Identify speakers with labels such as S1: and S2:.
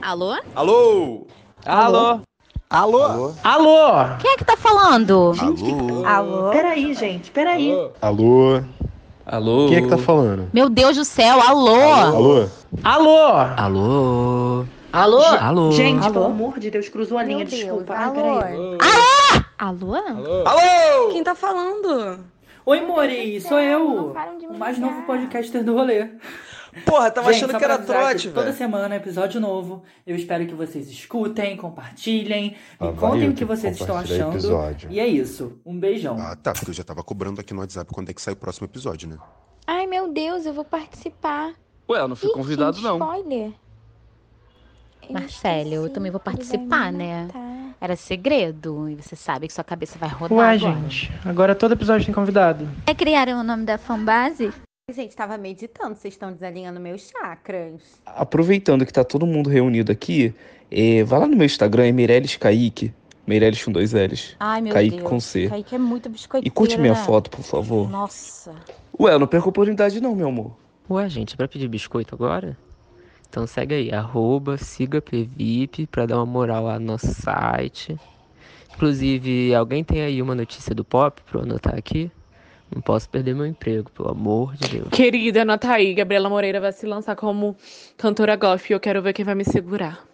S1: Alô?
S2: Alô?
S3: Alô?
S4: Alô?
S5: Alô?
S3: Alô?
S1: Quem é que tá falando?
S5: Alô?
S6: Alô?
S7: Peraí, gente, peraí.
S5: Alô?
S2: Alô?
S5: Quem é que tá falando?
S1: Meu Deus do céu, alô?
S5: Alô?
S3: Alô?
S4: Alô?
S3: Alô?
S4: Alô?
S7: Gente,
S6: Alô?
S7: pelo amor de Deus, cruzou a linha,
S6: Meu Deus,
S7: desculpa. Ah, peraí.
S6: Alô?
S1: Alô?
S2: Alô?
S6: Quem tá falando?
S8: Oi, Mori, sou
S6: Não
S8: eu,
S6: param de me
S8: o mais
S6: ligar.
S8: novo podcaster do rolê.
S2: Porra, tava
S8: Gente,
S2: achando
S8: só
S2: que era
S8: pra avisar
S2: trote,
S8: que Toda
S2: velho.
S8: semana, episódio novo. Eu espero que vocês escutem, compartilhem, me
S9: Avalie
S8: contem o
S9: Tá o
S8: que
S9: que
S8: vocês estão
S9: compartilhar
S8: achando.
S9: episódio.
S8: E é isso, um beijão.
S9: Ah, tá, porque eu já tava cobrando aqui no WhatsApp quando é que sai o próximo episódio, né?
S6: Ai, meu Deus, eu vou participar.
S10: Ué, eu não fui
S6: Ih,
S10: convidado,
S6: gente,
S10: não.
S6: Spoiler. Eu
S1: Marcelo, eu
S6: esqueci,
S1: também vou
S6: ele vai me
S1: participar, né?
S6: matar.
S1: Era segredo, e você sabe que sua cabeça vai rodar
S3: Ué,
S1: agora.
S3: gente, agora todo episódio tem convidado.
S1: É criaram o nome da fanbase?
S11: Gente, tava meditando, vocês estão desalinhando meus chakras.
S4: Aproveitando que tá todo mundo reunido aqui, eh, vai lá no meu Instagram, é Meirelles Kaique. Meirelles com dois L's.
S11: Ai, meu
S4: Kaique
S11: Deus.
S4: com C.
S11: Kaique é muito biscoiteiro.
S4: E curte minha
S11: né?
S4: foto, por favor.
S11: Nossa.
S4: Ué, eu não perco a oportunidade não, meu amor.
S12: Ué, gente, é pra pedir biscoito agora? Então segue aí, arroba, siga PVIP pra dar uma moral lá no nosso site. Inclusive, alguém tem aí uma notícia do pop pra eu anotar aqui? Não posso perder meu emprego, pelo amor de Deus.
S13: Querida, anota aí. Gabriela Moreira vai se lançar como cantora gospel e eu quero ver quem vai me segurar.